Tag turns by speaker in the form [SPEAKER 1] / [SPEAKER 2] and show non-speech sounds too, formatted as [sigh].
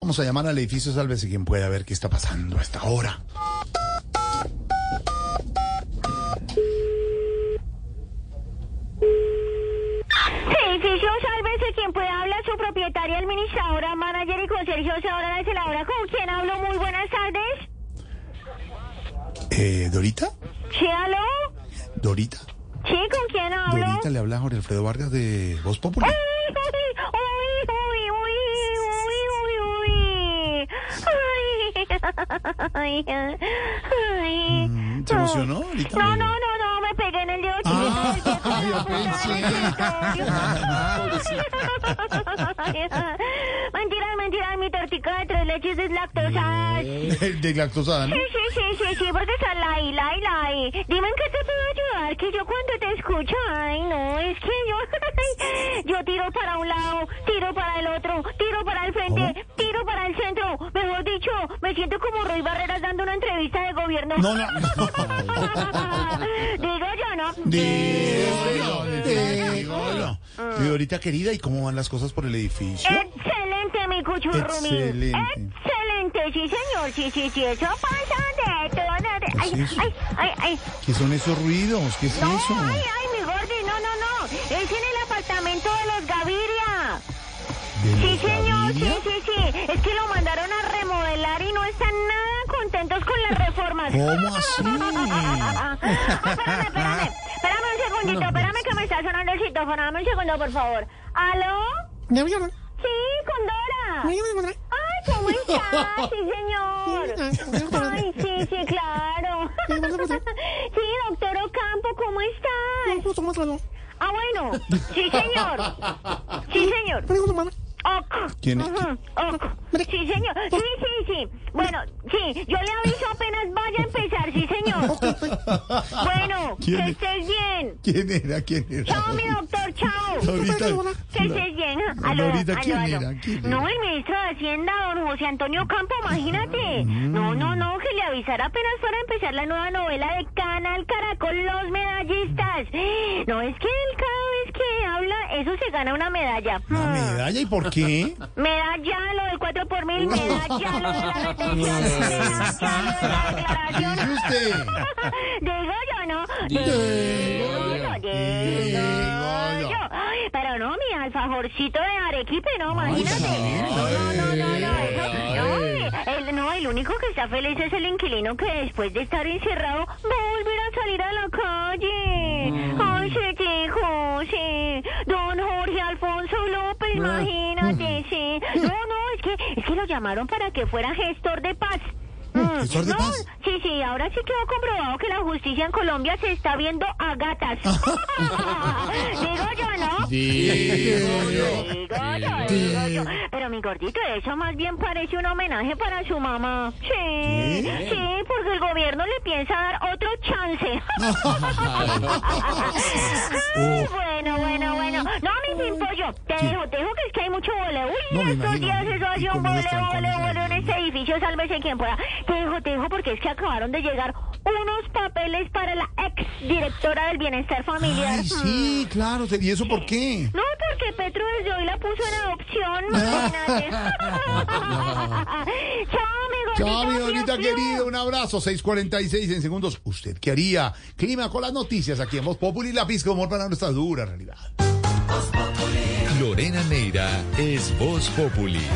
[SPEAKER 1] Vamos a llamar al edificio Sálvese quien pueda ver qué está pasando a esta hora.
[SPEAKER 2] Edificio, sálvese quien pueda hablar, su propietaria, administradora, manager y conserje, o sea, ahora la celadora. ¿Con quién hablo? Muy buenas tardes.
[SPEAKER 1] Eh, ¿Dorita?
[SPEAKER 2] ¿Sí, aló?
[SPEAKER 1] ¿Dorita?
[SPEAKER 2] ¿Sí, con quién hablo?
[SPEAKER 1] ¿Dorita le habla Jorge Alfredo Vargas de Voz Popular?
[SPEAKER 2] Uy, uy, uy, uy, uy, uy. Ay, ay, ay.
[SPEAKER 1] ¿Se emocionó ahorita?
[SPEAKER 2] No, no, no, no, me pegué en el dedo
[SPEAKER 1] Ah,
[SPEAKER 2] chiquito. me
[SPEAKER 1] yo
[SPEAKER 2] pegué
[SPEAKER 1] pensé.
[SPEAKER 2] en el dedo. Mentiras, mentiras, mi tortica de tres leches es lactosada. Sí,
[SPEAKER 1] [laughs] De lactosada, ¿no?
[SPEAKER 2] sí, sí, sí, sí, porque está la y la y la y. Dime en qué te puedo ayudar, que yo cuando te escucho, ay, no, es que [laughs] yo, yo tiro para un lado, tiro para el otro, tiro para el frente,
[SPEAKER 1] ¿Cómo?
[SPEAKER 2] tiro para el centro. Mejor dicho, me siento como Roy Barreras dando una entrevista de gobierno.
[SPEAKER 1] No, no. no.
[SPEAKER 2] [laughs] Digo yo, ¿no?
[SPEAKER 1] Dígalo, dígalo. Dorita querida, ¿y cómo van las cosas por el edificio?
[SPEAKER 2] Excelente, mi cuchurrumi.
[SPEAKER 1] Excelente.
[SPEAKER 2] Excelente, sí, señor. Sí, sí, sí. Eso pasa de todo. de- Ay,
[SPEAKER 1] ¿Qué es eso?
[SPEAKER 2] ay, ay, ay.
[SPEAKER 1] ¿Qué son esos ruidos? ¿Qué es
[SPEAKER 2] No,
[SPEAKER 1] eso?
[SPEAKER 2] ay, ay, mi gordi. No, no, no. Es en el apartamento de los Gaviria.
[SPEAKER 1] ¿De
[SPEAKER 2] Sí,
[SPEAKER 1] los
[SPEAKER 2] señor. Sí,
[SPEAKER 1] Gaviria?
[SPEAKER 2] sí, sí. Es que lo mandaron a remodelar y no están nada contentos con las reformas.
[SPEAKER 1] ¿Cómo así?
[SPEAKER 2] Ah, espérame, espérame. Espérame un segundito. Espérame que me está sonando el citófono. Dame un segundo, por favor. ¿Aló?
[SPEAKER 3] Ya voy a hablar.
[SPEAKER 2] Sí, con Dora.
[SPEAKER 3] Me voy a encontrar.
[SPEAKER 2] Ay, ¿cómo estás? Sí, señor. Ay, sí, sí, claro. [laughs] Sí, doctor Ocampo, ¿cómo
[SPEAKER 3] Un
[SPEAKER 2] estás?
[SPEAKER 3] gusto, ¿cómo estás? No.
[SPEAKER 2] Ah, bueno. Sí, señor. Sí, señor.
[SPEAKER 3] Pregunta, mamá.
[SPEAKER 2] Ok.
[SPEAKER 1] ¿Quién es?
[SPEAKER 2] Ujú, ok. Sí, señor. Sí, sí, sí. Bueno, sí, yo le aviso apenas vaya a empezar, sí, señor. Bueno,
[SPEAKER 1] pues. ¿Quién
[SPEAKER 2] que
[SPEAKER 1] es?
[SPEAKER 2] estés bien.
[SPEAKER 1] ¿Quién era? ¿Quién era?
[SPEAKER 2] Chao, mi doctor, chao.
[SPEAKER 1] Dorita.
[SPEAKER 2] Que estés bien. Aló,
[SPEAKER 1] Dorita,
[SPEAKER 2] aló,
[SPEAKER 1] ¿quién
[SPEAKER 2] aló.
[SPEAKER 1] era? ¿Quién era?
[SPEAKER 2] No, el ministro de Hacienda, don José Antonio Campo, imagínate. No, no, no, que le avisara apenas fuera a empezar la nueva novela de Canal Caracol, Los Medallistas. No, es que él cada vez que habla, eso se gana una medalla.
[SPEAKER 1] ¿Una
[SPEAKER 2] Mm.
[SPEAKER 1] medalla? ¿Y por qué?
[SPEAKER 2] Medalla lo del 4 por mil, medalla lo de la
[SPEAKER 1] [laughs]
[SPEAKER 2] retención, medalla lo de la declaración. [laughs]
[SPEAKER 1] Dice usted.
[SPEAKER 2] Digo yo, ¿no? Digo yo, digo
[SPEAKER 1] Digo
[SPEAKER 2] yo.
[SPEAKER 1] yo.
[SPEAKER 2] Ay, pero no, mi alfajorcito de Arequipe, no, imagínate. No, no, no, no, no, eso- no, el, no, el único que está feliz es el inquilino que después de estar encerrado va a volver a salir a la calle.
[SPEAKER 1] Mm.
[SPEAKER 2] Ay, sí, chico, sí. Don Jorge Alfonso López,
[SPEAKER 1] Ah.
[SPEAKER 2] imagínate,
[SPEAKER 1] Mm.
[SPEAKER 2] sí. No, no, es que, es que lo llamaron para que fuera gestor de paz. Mm,
[SPEAKER 1] ¿Gestor de
[SPEAKER 2] no,
[SPEAKER 1] paz?
[SPEAKER 2] Sí, sí, ahora sí quedó comprobado que la justicia en Colombia se está viendo a gatas. [laughs] Digo yo, ¿no?
[SPEAKER 1] Digo yo.
[SPEAKER 2] Digo yo, digo yo. Pero mi gordito, eso más bien parece un homenaje para su mamá. Sí, sí, porque el gobierno le piensa dar otro
[SPEAKER 1] [laughs]
[SPEAKER 2] chance. Ay, bueno, bueno, bueno. No, mi pimpollo, te dejo, te dejo que es que hay mucho voleo. Uy,
[SPEAKER 1] No, me
[SPEAKER 2] estos
[SPEAKER 1] imagino.
[SPEAKER 2] días eso ha
[SPEAKER 1] Y
[SPEAKER 2] sido un
[SPEAKER 1] con unos
[SPEAKER 2] voleo,
[SPEAKER 1] trancones
[SPEAKER 2] voleo, voleo en
[SPEAKER 1] ahí.
[SPEAKER 2] este edificio, sálvese quien pueda. Te dejo, te dejo, porque es que acabaron de llegar unos papeles para la ex directora del bienestar familiar.
[SPEAKER 1] Ay, sí, claro. ¿Y eso por qué?
[SPEAKER 2] No, porque Petro desde hoy la puso en [laughs] adopción. imagínate. Chao, mi gordito.
[SPEAKER 1] Chao, mi Dorita
[SPEAKER 2] fiu, fiu.
[SPEAKER 1] querida, un abrazo. 6.46 en segundos. ¿Usted qué haría? Clima con las noticias aquí en Voz Populi, la pizca de humor para nuestra dura realidad.
[SPEAKER 4] Lorena Neira es Voz Populi.